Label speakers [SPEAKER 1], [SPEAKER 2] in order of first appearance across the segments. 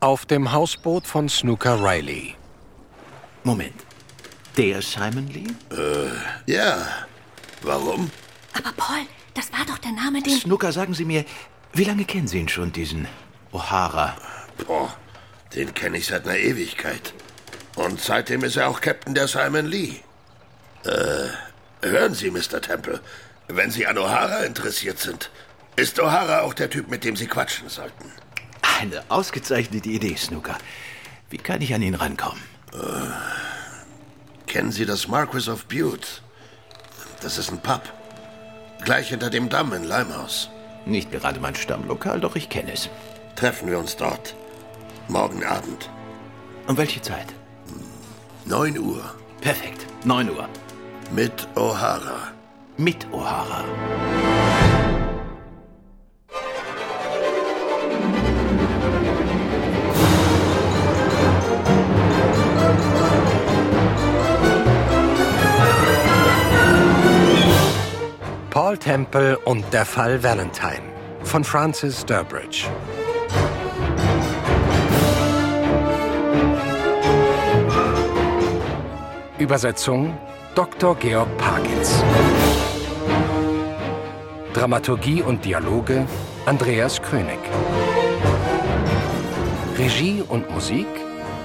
[SPEAKER 1] Auf dem Hausboot von Snooker Riley.
[SPEAKER 2] Moment. Der Simon Lee?
[SPEAKER 3] Ja. Warum?
[SPEAKER 4] Aber Paul, das war doch der Name, den...
[SPEAKER 2] Snooker, sagen Sie mir, wie lange kennen Sie ihn schon, diesen O'Hara?
[SPEAKER 3] Boah, den kenne ich seit einer Ewigkeit. Und seitdem ist er auch Captain der Simon Lee. Äh, hören Sie, Mr. Temple, wenn Sie an O'Hara interessiert sind, ist O'Hara auch der Typ, mit dem Sie quatschen sollten.
[SPEAKER 2] Eine ausgezeichnete Idee, Snooker. Wie kann ich an ihn rankommen?
[SPEAKER 3] Kennen Sie das Marquis of Butte? Das ist ein Pub. Gleich hinter dem Damm in Limehouse.
[SPEAKER 2] Nicht gerade mein Stammlokal, doch ich kenne es.
[SPEAKER 3] Treffen wir uns dort. Morgen Abend.
[SPEAKER 2] Um welche Zeit?
[SPEAKER 3] 9 Uhr.
[SPEAKER 2] Perfekt. 9 Uhr.
[SPEAKER 3] Mit O'Hara.
[SPEAKER 2] Mit O'Hara.
[SPEAKER 1] Paul Temple und der Fall Valentine von Francis Durbridge. Übersetzung Dr. Georg Parkins. Dramaturgie und Dialoge Andreas König. Regie und Musik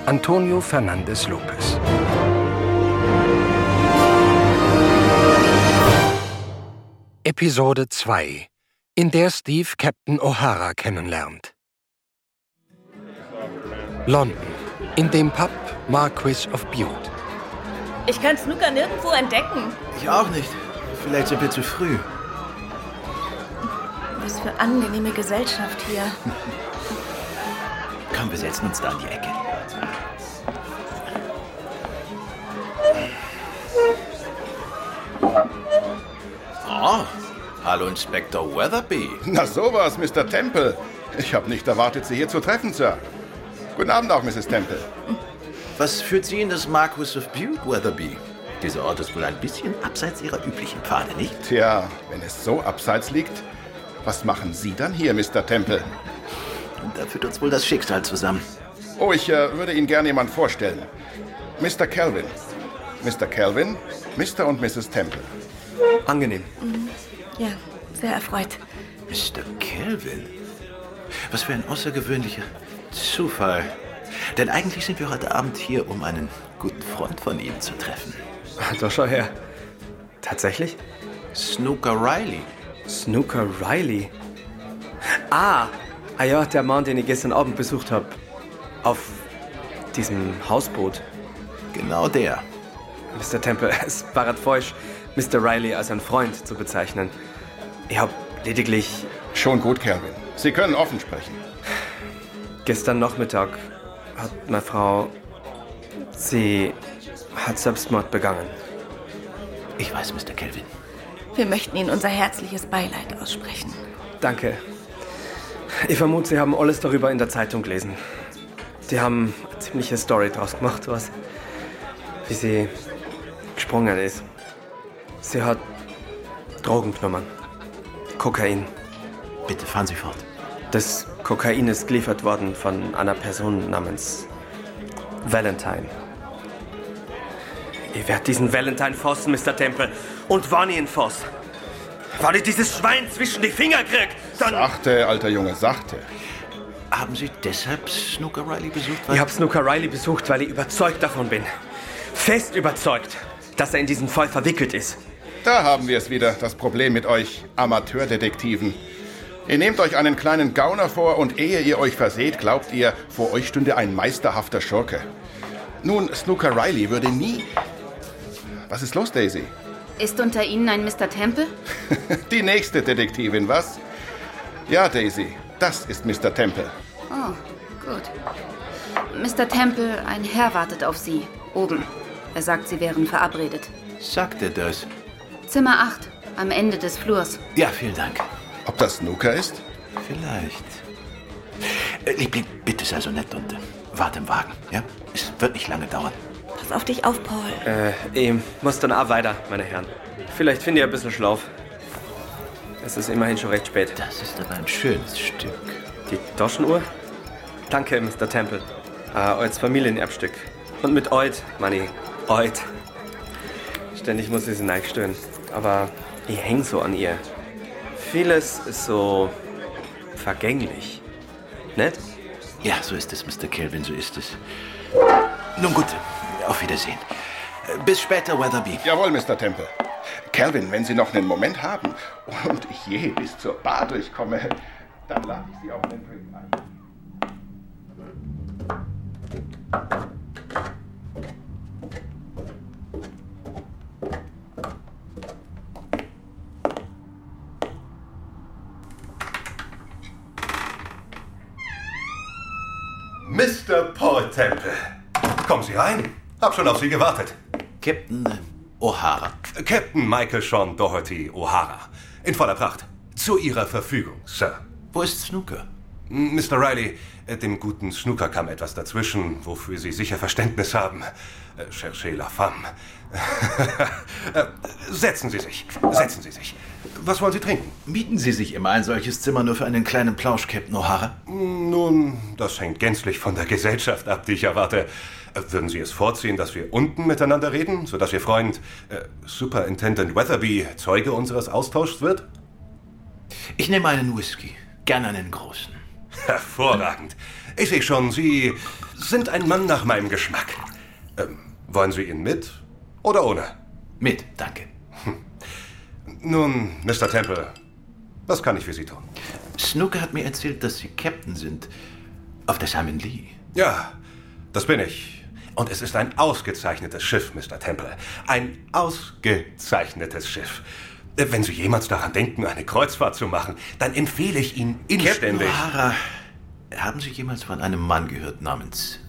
[SPEAKER 1] Antonio Fernandes Lopez. Episode 2, in der Steve Captain O'Hara kennenlernt. London, in dem Pub Marquis of Bute.
[SPEAKER 4] Ich kann Snooker nirgendwo entdecken.
[SPEAKER 2] Ich auch nicht. Vielleicht sind wir zu früh.
[SPEAKER 4] Was für angenehme Gesellschaft hier.
[SPEAKER 2] Komm, wir setzen uns da an die Ecke. Oh, hallo Inspektor Weatherby.
[SPEAKER 5] Na sowas, Mr. Temple. Ich habe nicht erwartet, Sie hier zu treffen, Sir. Guten Abend auch, Mrs. Temple.
[SPEAKER 2] Was führt Sie in das Marquis of Butte, Weatherby? Dieser Ort ist wohl ein bisschen abseits Ihrer üblichen Pfade, nicht?
[SPEAKER 5] Tja, wenn es so abseits liegt, was machen Sie dann hier, Mr. Temple?
[SPEAKER 2] Und da führt uns wohl das Schicksal zusammen.
[SPEAKER 5] Oh, ich äh, würde Ihnen gerne jemand vorstellen. Mr. Calvin. Mr. Calvin, Mr. und Mrs. Temple.
[SPEAKER 6] Angenehm.
[SPEAKER 4] Ja, sehr erfreut.
[SPEAKER 2] Mr. Kelvin? Was für ein außergewöhnlicher Zufall. Denn eigentlich sind wir heute Abend hier, um einen guten Freund von Ihnen zu treffen.
[SPEAKER 6] Halt Doch schau her. Tatsächlich?
[SPEAKER 2] Snooker Riley.
[SPEAKER 6] Snooker Riley. Ah, ah ja, der Mann, den ich gestern Abend besucht habe. Auf diesem Hausboot.
[SPEAKER 2] Genau der.
[SPEAKER 6] Mr. Temple, es war grad falsch, Mr. Riley als einen Freund zu bezeichnen. Ich habe lediglich
[SPEAKER 5] Schon gut, Calvin. Sie können offen sprechen.
[SPEAKER 6] Gestern Nachmittag hat meine Frau. Sie hat Selbstmord begangen.
[SPEAKER 2] Ich weiß, Mr. Kelvin.
[SPEAKER 4] Wir möchten Ihnen unser herzliches Beileid aussprechen.
[SPEAKER 6] Danke. Ich vermute, Sie haben alles darüber in der Zeitung gelesen. Die haben eine ziemliche Story draus gemacht, was. Wie sie gesprungen ist. Sie hat Drogen genommen. Kokain.
[SPEAKER 2] Bitte fahren Sie fort.
[SPEAKER 6] Das Kokain ist geliefert worden von einer Person namens Valentine. Ich werde diesen Valentine fassen, Mr. Temple. Und wann ich ihn fass, wann ich dieses Schwein zwischen die Finger krieg, dann...
[SPEAKER 5] Sachte, alter Junge, sachte.
[SPEAKER 2] Haben Sie deshalb Snooker Riley besucht? weil-
[SPEAKER 6] Ich habe Snooker Riley besucht, weil ich überzeugt davon bin. Fest überzeugt, dass er in diesen Fall verwickelt ist.
[SPEAKER 5] Da haben wir es wieder, das Problem mit euch Amateurdetektiven. Ihr nehmt euch einen kleinen Gauner vor und ehe ihr euch verseht, glaubt ihr, vor euch stünde ein meisterhafter Schurke. Nun, Snooker Riley würde nie... Was ist los, Daisy?
[SPEAKER 7] Ist unter Ihnen ein Mr. Temple?
[SPEAKER 5] Die nächste Detektivin, was? Ja, Daisy, das ist Mr. Temple.
[SPEAKER 7] Oh, gut. Mr. Temple, ein Herr wartet auf Sie. Oben. Er sagt, Sie wären verabredet.
[SPEAKER 2] Sagt er das?
[SPEAKER 7] Zimmer 8, am Ende des Flurs.
[SPEAKER 2] Ja, vielen Dank.
[SPEAKER 5] Ob das Snooker ist?
[SPEAKER 2] Vielleicht. Äh, Liebling, bitte sei so nett und äh, warte im Wagen, ja? Es wird nicht lange dauern.
[SPEAKER 4] Pass auf dich auf, Paul.
[SPEAKER 6] Äh, ich muss dann auch weiter, meine Herren. Vielleicht finde ich ein bisschen Schlaf. Es ist immerhin schon recht spät.
[SPEAKER 2] Das ist aber ein schönes Stück.
[SPEAKER 6] Die Taschenuhr? Danke, Mr. Temple. Ah, euts Familienerbstück. Und mit eut, Manni. Eut. Ständig muss ich sie neigstehen. Aber ich häng so an ihr. Vieles ist so vergänglich. Nett?
[SPEAKER 2] Ja, so ist es, Mr. Kelvin, so ist es. Nun gut, auf Wiedersehen. Äh, Bis später, Weatherby.
[SPEAKER 5] Jawohl, Mr. Temple. Calvin, wenn Sie noch einen Moment haben und ich je bis zur Bar durchkomme, dann lade ich Sie auf einen Drink ein.
[SPEAKER 8] Mr. Paul Temple. Kommen Sie rein. Hab schon auf Sie gewartet.
[SPEAKER 2] Captain O'Hara.
[SPEAKER 8] Captain Michael Sean Doherty O'Hara. In voller Pracht. Zu Ihrer Verfügung, Sir.
[SPEAKER 2] Wo ist Snooker?
[SPEAKER 8] Mr. Riley, äh, dem guten Snooker kam etwas dazwischen, wofür Sie sicher Verständnis haben. Äh, Cherchez la femme. Äh, setzen Sie sich. Setzen Sie sich. Was wollen Sie trinken?
[SPEAKER 2] Mieten Sie sich immer ein solches Zimmer nur für einen kleinen Plausch, Captain O'Hara?
[SPEAKER 8] Nun, das hängt gänzlich von der Gesellschaft ab, die ich erwarte. Äh, Würden Sie es vorziehen, dass wir unten miteinander reden, sodass Ihr Freund äh, Superintendent Weatherby Zeuge unseres Austauschs wird?
[SPEAKER 2] Ich nehme einen Whisky. Gern einen großen.
[SPEAKER 8] Hervorragend. Ich sehe schon, Sie sind ein Mann nach meinem Geschmack. Ähm, wollen Sie ihn mit oder ohne?
[SPEAKER 2] Mit, danke.
[SPEAKER 8] Nun, Mr. Temple, was kann ich für Sie tun?
[SPEAKER 2] Snooker hat mir erzählt, dass Sie Captain sind. Auf der Simon Lee.
[SPEAKER 8] Ja, das bin ich. Und es ist ein ausgezeichnetes Schiff, Mr. Temple. Ein ausgezeichnetes Schiff. Äh, Wenn Sie jemals daran denken, eine Kreuzfahrt zu machen, dann empfehle ich Ihnen
[SPEAKER 2] Captain
[SPEAKER 8] inständig.
[SPEAKER 2] O'Hara, haben Sie jemals von einem Mann gehört namens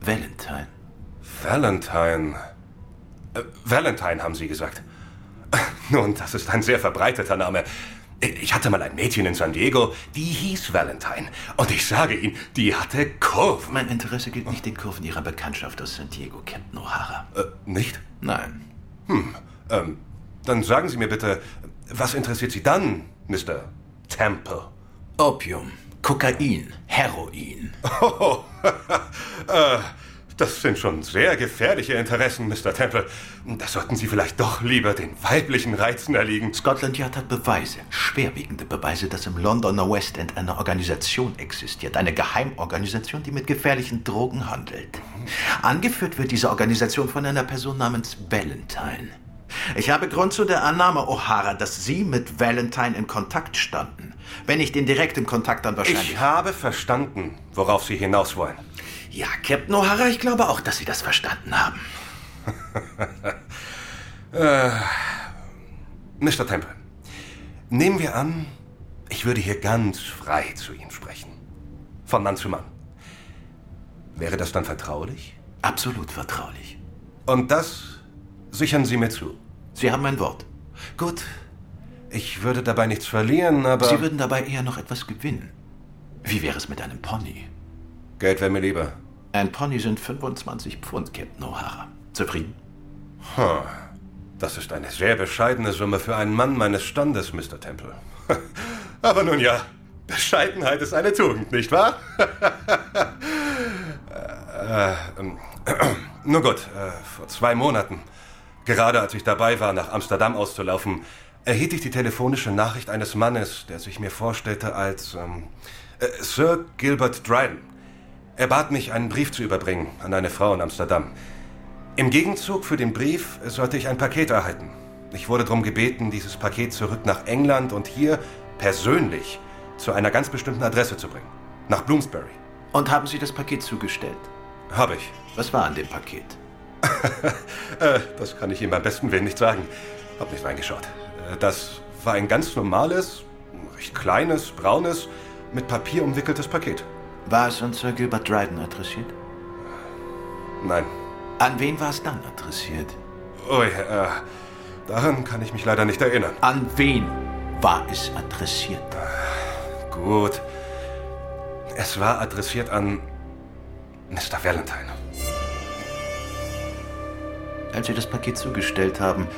[SPEAKER 2] Valentine?
[SPEAKER 8] Valentine. Äh, Valentine haben Sie gesagt. Äh, Nun, das ist ein sehr verbreiteter Name. Äh, Ich hatte mal ein Mädchen in San Diego, die hieß Valentine. Und ich sage Ihnen, die hatte Kurven.
[SPEAKER 2] Mein Interesse gilt nicht den Kurven Ihrer Bekanntschaft aus San Diego, Captain O'Hara.
[SPEAKER 8] Äh, nicht?
[SPEAKER 2] Nein.
[SPEAKER 8] Ähm, dann sagen Sie mir bitte, was interessiert Sie dann, Mr. Temple?
[SPEAKER 2] Opium, Kokain, Heroin.
[SPEAKER 8] Oh, äh, das sind schon sehr gefährliche Interessen, Mr. Temple. Das sollten Sie vielleicht doch lieber den weiblichen Reizen erliegen.
[SPEAKER 2] Scotland Yard hat Beweise, schwerwiegende Beweise, dass im Londoner West End eine Organisation existiert, eine Geheimorganisation, die mit gefährlichen Drogen handelt. Angeführt wird diese Organisation von einer Person namens Valentine. Ich habe Grund zu der Annahme, O'Hara, dass Sie mit Valentine in Kontakt standen. Wenn nicht in direktem Kontakt, dann wahrscheinlich.
[SPEAKER 8] Ich habe verstanden, worauf Sie hinaus wollen.
[SPEAKER 2] Ja, Captain O'Hara, ich glaube auch, dass Sie das verstanden haben.
[SPEAKER 8] Mr. Temple, nehmen wir an, ich würde hier ganz frei zu Ihnen sprechen. Von Mann zu Mann. Wäre das dann vertraulich?
[SPEAKER 2] Absolut vertraulich.
[SPEAKER 8] Und das sichern Sie mir zu.
[SPEAKER 2] Sie haben mein Wort.
[SPEAKER 8] Gut, ich würde dabei nichts verlieren, aber...
[SPEAKER 2] Sie würden dabei eher noch etwas gewinnen. Wie wäre es mit einem Pony?
[SPEAKER 8] Geld wäre mir lieber.
[SPEAKER 2] Ein Pony sind 25 Pfund, Captain O'Hara. Zufrieden?
[SPEAKER 8] Das ist eine sehr bescheidene Summe für einen Mann meines Standes, Mr. Temple. Aber nun ja, Bescheidenheit ist eine Tugend, nicht wahr? Äh, ähm, Nun gut, äh, vor zwei Monaten, gerade als ich dabei war, nach Amsterdam auszulaufen, erhielt ich die telefonische Nachricht eines Mannes, der sich mir vorstellte als ähm, äh, Sir Gilbert Dryden. Er bat mich, einen Brief zu überbringen an eine Frau in Amsterdam. Im Gegenzug für den Brief sollte ich ein Paket erhalten. Ich wurde darum gebeten, dieses Paket zurück nach England und hier persönlich zu einer ganz bestimmten Adresse zu bringen. Nach Bloomsbury.
[SPEAKER 2] Und haben Sie das Paket zugestellt?
[SPEAKER 8] Habe ich.
[SPEAKER 2] Was war an dem Paket?
[SPEAKER 8] Äh, das kann ich Ihnen beim besten Willen nicht sagen. Hab nicht reingeschaut. Äh, das war ein ganz normales, recht kleines, braunes, mit Papier umwickeltes Paket.
[SPEAKER 2] War es an Sir Gilbert Dryden adressiert?
[SPEAKER 8] Nein.
[SPEAKER 2] An wen war es dann adressiert?
[SPEAKER 8] Ui, äh, daran kann ich mich leider nicht erinnern.
[SPEAKER 2] An wen war es adressiert?
[SPEAKER 8] Gut. Es war adressiert an Mr. Valentine.
[SPEAKER 2] Als Sie das Paket zugestellt haben,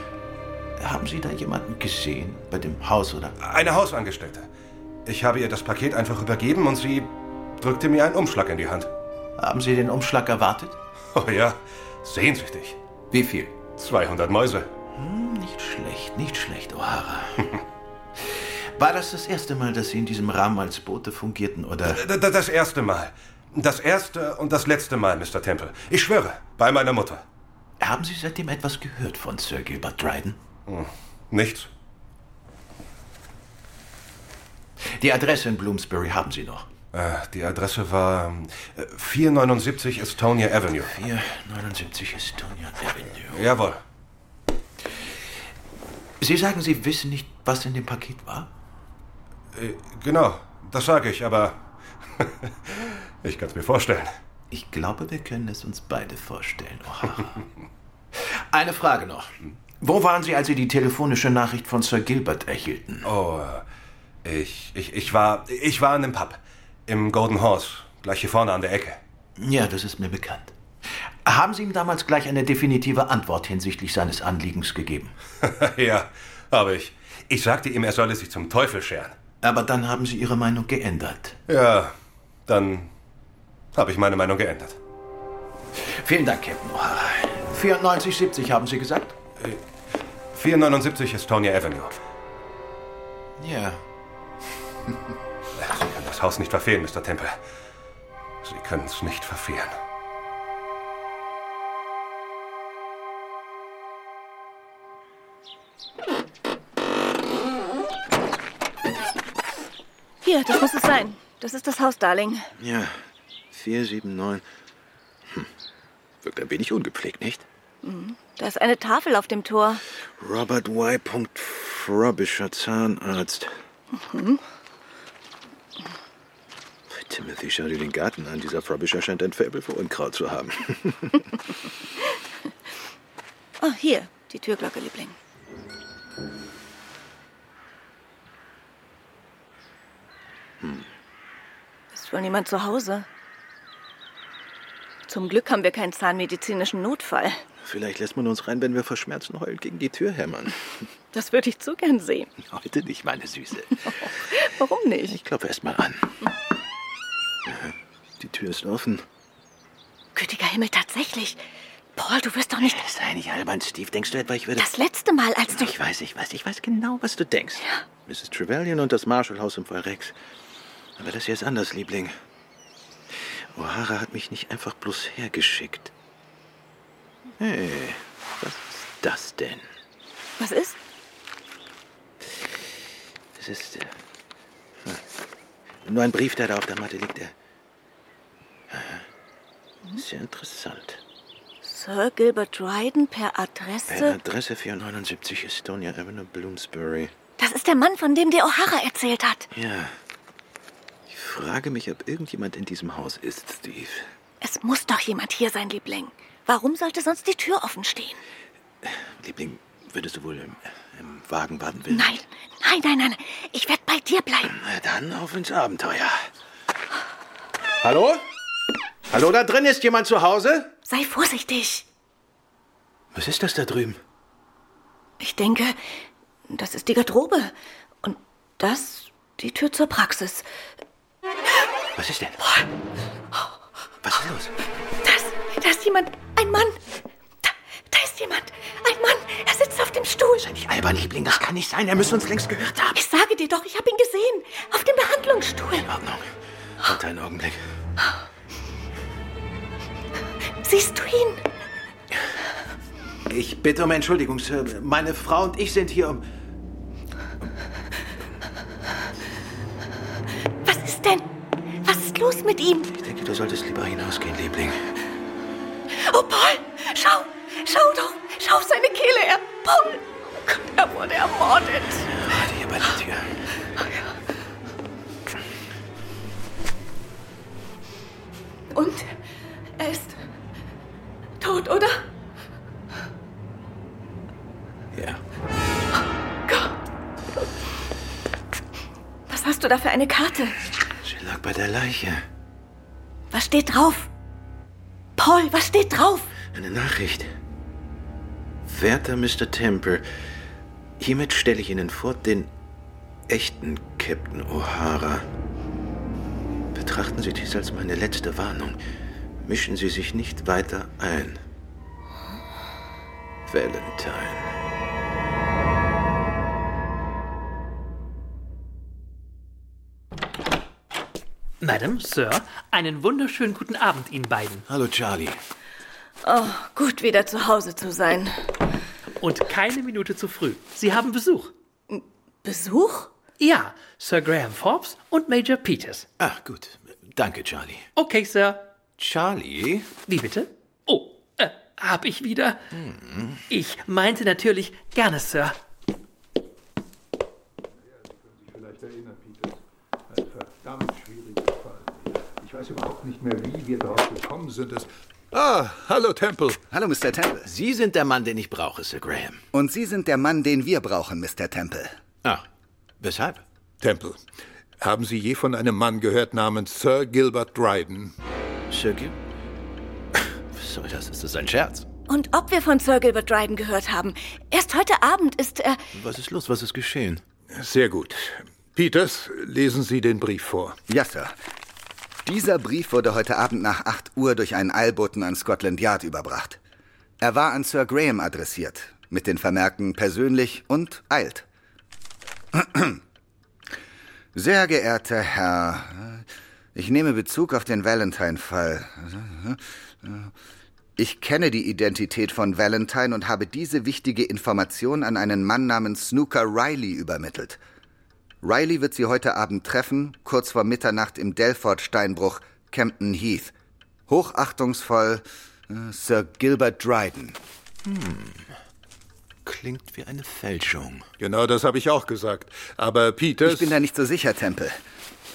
[SPEAKER 2] haben Sie da jemanden gesehen? Bei dem Haus oder?
[SPEAKER 8] Eine Hausangestellte. Ich habe ihr das Paket einfach übergeben und sie drückte mir einen Umschlag in die Hand.
[SPEAKER 2] Haben Sie den Umschlag erwartet?
[SPEAKER 8] Oh ja, sehnsüchtig.
[SPEAKER 2] Wie viel?
[SPEAKER 8] 200 Mäuse.
[SPEAKER 2] Nicht schlecht, nicht schlecht, O'Hara. War das das erste Mal, dass Sie in diesem Rahmen als Bote fungierten, oder?
[SPEAKER 8] D- d- Das erste Mal. Das erste und das letzte Mal, Mr. Temple. Ich schwöre, bei meiner Mutter.
[SPEAKER 2] Haben Sie seitdem etwas gehört von Sir Gilbert Dryden?
[SPEAKER 8] Nichts.
[SPEAKER 2] Die Adresse in Bloomsbury haben Sie noch.
[SPEAKER 8] Äh, die Adresse war äh, 479 Estonia Avenue.
[SPEAKER 2] 479 Estonian Avenue.
[SPEAKER 8] Jawohl.
[SPEAKER 2] Sie sagen, Sie wissen nicht, was in dem Paket war?
[SPEAKER 8] Genau, das sage ich, aber ich kann es mir vorstellen.
[SPEAKER 2] Ich glaube, wir können es uns beide vorstellen, O'Hara. Eine Frage noch. Wo waren Sie, als Sie die telefonische Nachricht von Sir Gilbert erhielten?
[SPEAKER 8] Oh, ich, ich, ich war, ich war in einem Pub. Im Golden Horse, gleich hier vorne an der Ecke.
[SPEAKER 2] Ja, das ist mir bekannt. Haben Sie ihm damals gleich eine definitive Antwort hinsichtlich seines Anliegens gegeben?
[SPEAKER 8] ja, habe ich. Ich sagte ihm, er solle sich zum Teufel scheren.
[SPEAKER 2] Aber dann haben Sie Ihre Meinung geändert.
[SPEAKER 8] Ja, dann habe ich meine Meinung geändert.
[SPEAKER 2] Vielen Dank, Captain O'Hara. 9470 haben Sie gesagt?
[SPEAKER 8] 479 Estonia Avenue.
[SPEAKER 2] Ja.
[SPEAKER 8] Sie können das Haus nicht verfehlen, Mr. Temple. Sie können es nicht verfehlen.
[SPEAKER 4] Hier, das muss es sein. Das ist das Haus, Darling.
[SPEAKER 2] Ja. 479. Hm.
[SPEAKER 9] Hm,
[SPEAKER 2] Wirkt ein wenig ungepflegt, nicht?
[SPEAKER 4] Da ist eine Tafel auf dem Tor.
[SPEAKER 2] Robert Y. Frobisher, Zahnarzt.
[SPEAKER 9] Timothy, schau dir den Garten an. Dieser Frobisher scheint ein Faible für Unkraut zu haben.
[SPEAKER 4] Ah, hier, die Türglocke, Liebling. Ist wohl niemand zu Hause? Zum Glück haben wir keinen zahnmedizinischen Notfall.
[SPEAKER 9] Vielleicht lässt man uns rein, wenn wir vor Schmerzen heulend gegen die Tür hämmern.
[SPEAKER 4] Das würde ich zu gern sehen.
[SPEAKER 9] Heute nicht, meine Süße.
[SPEAKER 4] Warum nicht?
[SPEAKER 9] Ich klopfe erst mal an. Aha, Die Tür ist offen.
[SPEAKER 4] Gütiger Himmel, tatsächlich. Paul, du wirst doch nicht...
[SPEAKER 9] Sei nicht albern, Steve. Denkst du etwa, ich würde...
[SPEAKER 4] Das letzte Mal, als du...
[SPEAKER 9] Ich weiß, ich weiß, ich weiß genau, was du denkst. Mrs. Trevelyan und das Marshallhaus im Fall Rex. Aber das hier ist anders, Liebling. O'Hara hat mich nicht einfach bloß hergeschickt. Hey, was ist das denn?
[SPEAKER 4] Was ist?
[SPEAKER 9] Das ist. Äh, hm. nur ein Brief, der da auf der Matte liegt. Äh. Aha. Sehr interessant.
[SPEAKER 4] Sir Gilbert Dryden per
[SPEAKER 9] Äh,
[SPEAKER 4] Adresse...
[SPEAKER 9] Adresse 479 Estonia Avenue, Bloomsbury.
[SPEAKER 4] Das ist der Mann, von dem dir O'Hara erzählt hat.
[SPEAKER 9] Ja. Ich frage mich, ob irgendjemand in diesem Haus ist, Steve.
[SPEAKER 4] Es muss doch jemand hier sein, Liebling. Warum sollte sonst die Tür offen stehen?
[SPEAKER 9] Liebling, würdest du wohl im, im Wagen baden willen?
[SPEAKER 4] Nein, nein, nein, nein. Ich werde bei dir bleiben.
[SPEAKER 9] Na dann auf ins Abenteuer. Hallo? Hallo, da drin ist jemand zu Hause?
[SPEAKER 4] Sei vorsichtig.
[SPEAKER 9] Was ist das da drüben?
[SPEAKER 4] Ich denke, das ist die Garderobe. Und das die Tür zur Praxis.
[SPEAKER 9] Was ist denn? Was ist los?
[SPEAKER 4] Das, da ist jemand. Ein Mann. Da, da ist jemand. Ein Mann. Er sitzt auf dem Stuhl.
[SPEAKER 9] Nicht albern, Liebling, das kann nicht sein. Er müsste uns längst gehört haben.
[SPEAKER 4] Ich sage dir doch, ich habe ihn gesehen. Auf dem Behandlungsstuhl.
[SPEAKER 9] In Ordnung. Warte einen Halt Augenblick.
[SPEAKER 4] Siehst du ihn?
[SPEAKER 2] Ich bitte um Entschuldigung, Sir. Meine Frau und ich sind hier, um.
[SPEAKER 4] Was ist denn? Was ist los mit ihm?
[SPEAKER 9] Ich denke, du solltest lieber hinausgehen, Liebling.
[SPEAKER 4] Oh, Paul, schau, schau doch, schau auf seine Kehle, er, Paul. Oh Gott, er wurde ermordet.
[SPEAKER 9] Warte Halt hier bei der Tür.
[SPEAKER 4] Und er ist tot, oder?
[SPEAKER 9] Ja.
[SPEAKER 4] Was hast du da für eine Karte?
[SPEAKER 9] Sie lag bei der Leiche.
[SPEAKER 4] Was steht drauf? Paul, was steht drauf?
[SPEAKER 9] Eine Nachricht. Werter Mr. Temple, hiermit stelle ich Ihnen vor den echten Captain O'Hara.
[SPEAKER 2] Betrachten Sie dies als meine letzte Warnung. Mischen Sie sich nicht weiter ein. Valentine.
[SPEAKER 6] Madame, Sir, einen wunderschönen guten Abend Ihnen beiden.
[SPEAKER 2] Hallo Charlie.
[SPEAKER 4] Oh, gut wieder zu Hause zu sein.
[SPEAKER 6] Und keine Minute zu früh. Sie haben Besuch.
[SPEAKER 4] Besuch?
[SPEAKER 6] Ja, Sir Graham Forbes und Major Peters.
[SPEAKER 2] Ah, gut. Danke, Charlie.
[SPEAKER 6] Okay, Sir.
[SPEAKER 2] Charlie?
[SPEAKER 6] Wie bitte? Oh, äh, hab ich wieder. Ich meinte natürlich gerne, Sir.
[SPEAKER 10] verdammt schwieriger Fall. Ich weiß überhaupt nicht mehr, wie wir darauf gekommen sind. Es ah, hallo Temple.
[SPEAKER 5] Hallo, Mr. Temple.
[SPEAKER 2] Sie sind der Mann, den ich brauche, Sir Graham.
[SPEAKER 5] Und Sie sind der Mann, den wir brauchen, Mr. Temple.
[SPEAKER 2] Ah, weshalb?
[SPEAKER 10] Temple, haben Sie je von einem Mann gehört namens Sir Gilbert Dryden?
[SPEAKER 2] Sir Gil? Was soll das? Ist das ein Scherz?
[SPEAKER 4] Und ob wir von Sir Gilbert Dryden gehört haben. Erst heute Abend ist er.
[SPEAKER 2] Was ist los? Was ist geschehen?
[SPEAKER 10] Sehr gut. Peters, lesen Sie den Brief vor.
[SPEAKER 5] Ja, Sir. Dieser Brief wurde heute Abend nach 8 Uhr durch einen Eilboten an Scotland Yard überbracht. Er war an Sir Graham adressiert, mit den Vermerken persönlich und eilt. Sehr geehrter Herr, ich nehme Bezug auf den Valentine-Fall. Ich kenne die Identität von Valentine und habe diese wichtige Information an einen Mann namens Snooker Riley übermittelt. Riley wird sie heute Abend treffen, kurz vor Mitternacht im Delford-Steinbruch, Campton Heath. Hochachtungsvoll äh, Sir Gilbert Dryden.
[SPEAKER 2] Klingt wie eine Fälschung.
[SPEAKER 10] Genau das habe ich auch gesagt. Aber Peters.
[SPEAKER 5] Ich bin da nicht so sicher, Temple.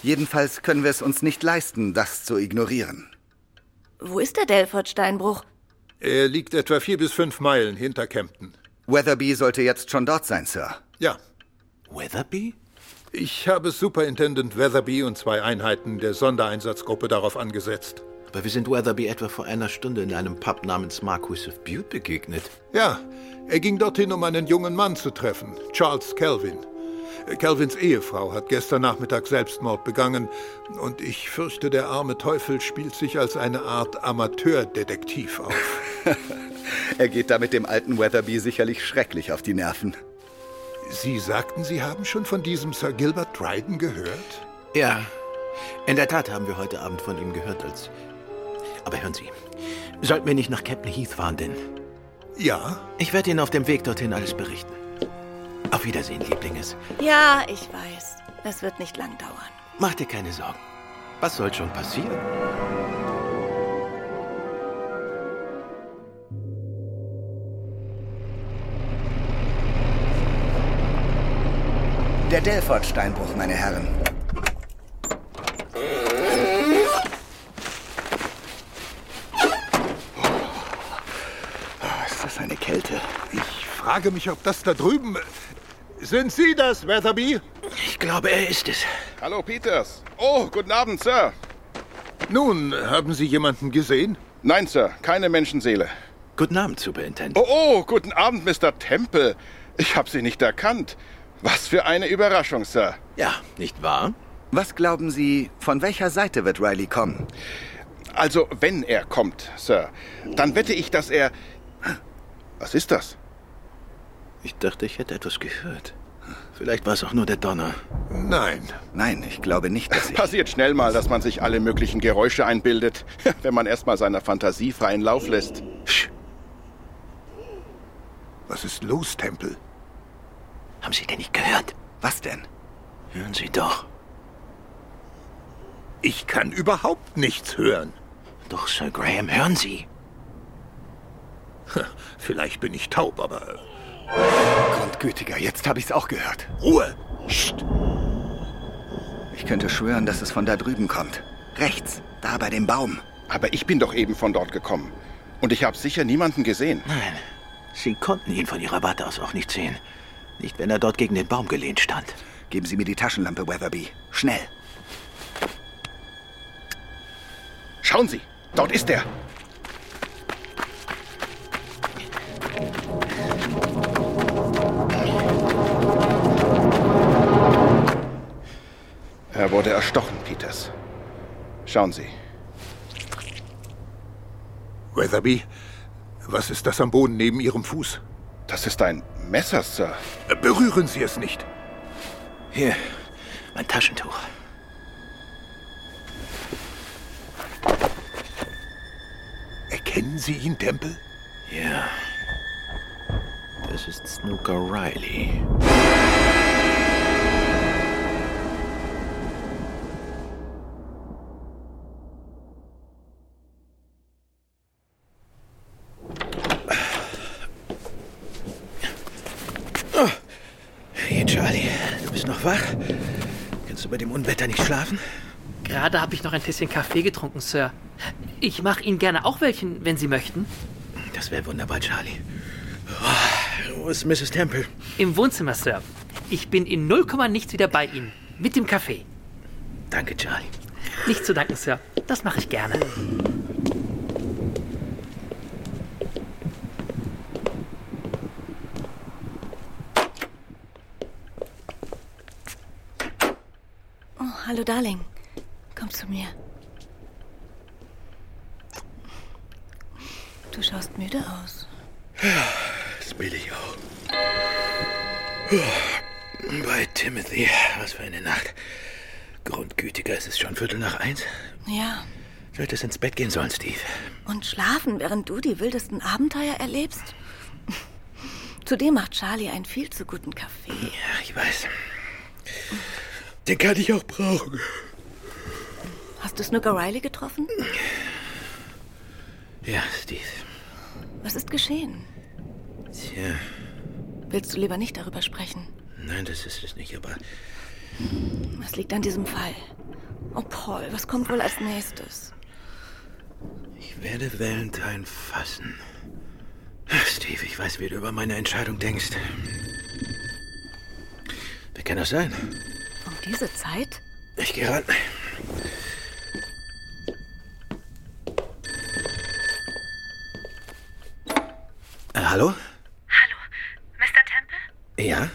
[SPEAKER 5] Jedenfalls können wir es uns nicht leisten, das zu ignorieren.
[SPEAKER 4] Wo ist der Delford-Steinbruch?
[SPEAKER 10] er liegt etwa vier bis fünf Meilen hinter Kempten.
[SPEAKER 5] Weatherby sollte jetzt schon dort sein, Sir.
[SPEAKER 10] Ja.
[SPEAKER 2] Weatherby?
[SPEAKER 10] Ich habe Superintendent Weatherby und zwei Einheiten der Sondereinsatzgruppe darauf angesetzt.
[SPEAKER 2] Aber wir sind Weatherby etwa vor einer Stunde in einem Pub namens Marquis of Bute begegnet.
[SPEAKER 10] Ja, er ging dorthin, um einen jungen Mann zu treffen, Charles Calvin. Äh, Calvins Ehefrau hat gestern Nachmittag Selbstmord begangen und ich fürchte, der arme Teufel spielt sich als eine Art Amateurdetektiv auf.
[SPEAKER 5] Er geht damit dem alten Weatherby sicherlich schrecklich auf die Nerven.
[SPEAKER 10] Sie sagten, Sie haben schon von diesem Sir Gilbert Dryden gehört?
[SPEAKER 2] Ja, in der Tat haben wir heute Abend von ihm gehört als... Aber hören Sie, sollten wir nicht nach Captain Heath fahren, denn
[SPEAKER 10] Ja,
[SPEAKER 2] ich werde Ihnen auf dem Weg dorthin alles berichten. Auf Wiedersehen, Lieblings.
[SPEAKER 4] Ja, ich weiß. Das wird nicht lang dauern.
[SPEAKER 2] Mach dir keine Sorgen. Was soll schon passieren?
[SPEAKER 5] Der Delford-Steinbruch, meine Herren. Oh, ist das eine Kälte?
[SPEAKER 10] ich frage mich, ob das da drüben... äh, Sind Sie das, Weatherby?
[SPEAKER 2] Ich glaube, er ist es.
[SPEAKER 11] Hallo Peters. Oh, guten Abend, Sir.
[SPEAKER 10] Nun, haben Sie jemanden gesehen?
[SPEAKER 11] Nein, Sir, keine Menschenseele.
[SPEAKER 2] Guten Abend, Superintendent.
[SPEAKER 11] Oh, oh, guten Abend, Mr. Temple. Ich habe Sie nicht erkannt. Was für eine Überraschung, Sir.
[SPEAKER 2] Ja, nicht wahr?
[SPEAKER 5] Was glauben Sie, von welcher Seite wird Riley kommen?
[SPEAKER 11] Also, wenn er kommt, Sir, dann wette ich, dass er... Was ist das?
[SPEAKER 2] Ich dachte, ich hätte etwas gehört. Vielleicht war es auch nur der Donner.
[SPEAKER 10] Nein.
[SPEAKER 5] Nein, ich glaube nicht, dass ich...
[SPEAKER 11] Passiert schnell mal, dass man sich alle möglichen Geräusche einbildet, wenn man erstmal seiner Fantasie freien Lauf lässt.
[SPEAKER 10] Was ist los, Tempel?
[SPEAKER 2] Haben Sie denn nicht gehört?
[SPEAKER 5] Was denn?
[SPEAKER 2] Hören Sie doch.
[SPEAKER 10] Ich kann überhaupt nichts hören.
[SPEAKER 2] Doch, Sir Graham, hören Sie.
[SPEAKER 10] Vielleicht bin ich taub, aber äh,
[SPEAKER 5] Grundgütiger, jetzt habe ich's auch gehört.
[SPEAKER 10] Ruhe!
[SPEAKER 5] Ich könnte schwören, dass es von da drüben kommt. Rechts, da bei dem Baum.
[SPEAKER 11] Aber ich bin doch eben von dort gekommen. Und ich habe sicher niemanden gesehen.
[SPEAKER 2] Nein, Sie konnten ihn von Ihrer Warte aus auch nicht sehen. Nicht, wenn er dort gegen den Baum gelehnt stand.
[SPEAKER 5] Geben Sie mir die Taschenlampe, Weatherby. Schnell.
[SPEAKER 11] Schauen Sie, dort ist er. Er wurde erstochen, Peters.
[SPEAKER 12] Schauen Sie.
[SPEAKER 13] Weatherby, was ist das am Boden neben Ihrem Fuß?
[SPEAKER 12] Das ist ein Messer, Sir.
[SPEAKER 13] Berühren Sie es nicht.
[SPEAKER 2] Hier, mein Taschentuch.
[SPEAKER 13] Erkennen Sie ihn, Temple?
[SPEAKER 2] Ja. Das ist Snooker Riley.
[SPEAKER 6] Oh.
[SPEAKER 2] Hey, Charlie, du bist noch wach? Kannst du bei dem Unwetter nicht schlafen?
[SPEAKER 6] Gerade habe ich noch ein Tässchen Kaffee getrunken, Sir. Ich mache Ihnen gerne auch welchen, wenn Sie möchten.
[SPEAKER 2] Das wäre wunderbar, Charlie. Oh, Wo ist Mrs. Temple?
[SPEAKER 6] Im Wohnzimmer, Sir. Ich bin in 0, nichts wieder bei Ihnen. Mit dem Kaffee.
[SPEAKER 2] Danke, Charlie.
[SPEAKER 6] Nicht zu danken, Sir. Das mache ich gerne.
[SPEAKER 4] Oh, hallo, Darling. Komm zu mir. Du schaust müde aus.
[SPEAKER 2] Das bin ich auch. Bei Timothy, was für eine Nacht. Grundgütiger, es ist schon Viertel nach eins.
[SPEAKER 4] Ja,
[SPEAKER 2] Solltest ins Bett gehen sollen, Steve.
[SPEAKER 4] und schlafen, während du die wildesten Abenteuer erlebst? Zudem macht Charlie einen viel zu guten Kaffee.
[SPEAKER 2] Ja, ich weiß. Den kann ich auch brauchen.
[SPEAKER 4] Hast du Snooker Riley getroffen?
[SPEAKER 2] Ja, Steve.
[SPEAKER 4] Was ist geschehen?
[SPEAKER 2] Tja,
[SPEAKER 4] Willst du lieber nicht darüber sprechen?
[SPEAKER 2] nein, das ist es nicht, aber
[SPEAKER 4] Was liegt an diesem Fall? Oh, Paul, was kommt wohl als nächstes?
[SPEAKER 2] ich werde Valentine fassen. Ach, Steve, ich weiß, wie du über meine Entscheidung denkst. Wer kann das sein?
[SPEAKER 4] Um diese Zeit?
[SPEAKER 2] Ich gehe ran. Äh, hallo?
[SPEAKER 14] Mr. Temple?
[SPEAKER 2] Ja?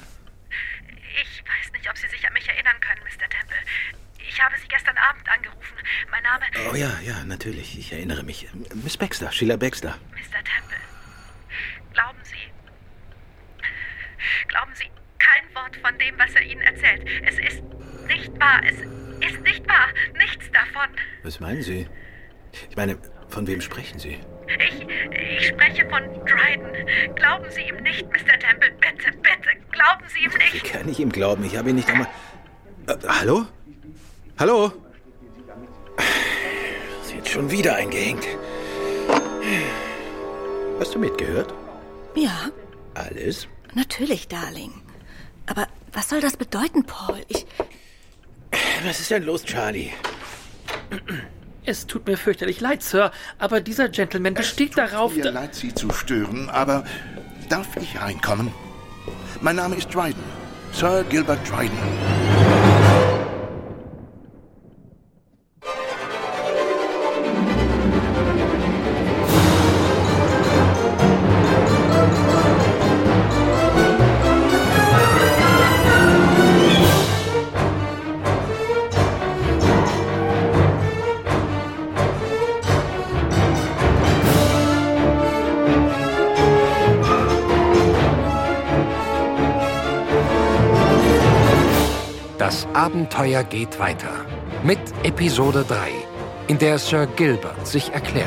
[SPEAKER 14] Ich weiß nicht, ob Sie sich an mich erinnern können, Mr. Temple. Ich habe Sie gestern Abend angerufen. Mein Name.
[SPEAKER 2] Oh ja, ja, natürlich. Ich erinnere mich. Miss Baxter, Sheila Baxter.
[SPEAKER 14] Mr. Temple. Glauben Sie. Glauben Sie kein Wort von dem, was er Ihnen erzählt. Es ist nicht wahr. Es ist nicht wahr. Nichts davon.
[SPEAKER 2] Was meinen Sie? Ich meine, von wem sprechen Sie?
[SPEAKER 14] Ich, ich spreche von Dryden. Glauben Sie ihm nicht, Mr. Temple. Bitte, bitte, glauben Sie ihm
[SPEAKER 2] Wie
[SPEAKER 14] nicht.
[SPEAKER 2] kann ich ihm glauben? Ich habe ihn nicht einmal. Äh, hallo? Hallo? Sie hat schon wieder eingehängt. Hast du mitgehört?
[SPEAKER 4] Ja,
[SPEAKER 2] Alles?
[SPEAKER 4] natürlich, Darling. Aber was soll das bedeuten, Paul? Ich.
[SPEAKER 2] Was ist denn los, Charlie?
[SPEAKER 6] Es tut mir fürchterlich leid, Sir, aber dieser Gentleman besteht darauf.
[SPEAKER 10] Mir leid, Sie zu stören, aber darf ich reinkommen? Mein Name ist Dryden. Sir Gilbert Dryden.
[SPEAKER 1] Das Abenteuer geht weiter mit Episode 3, in der Sir Gilbert sich erklärt.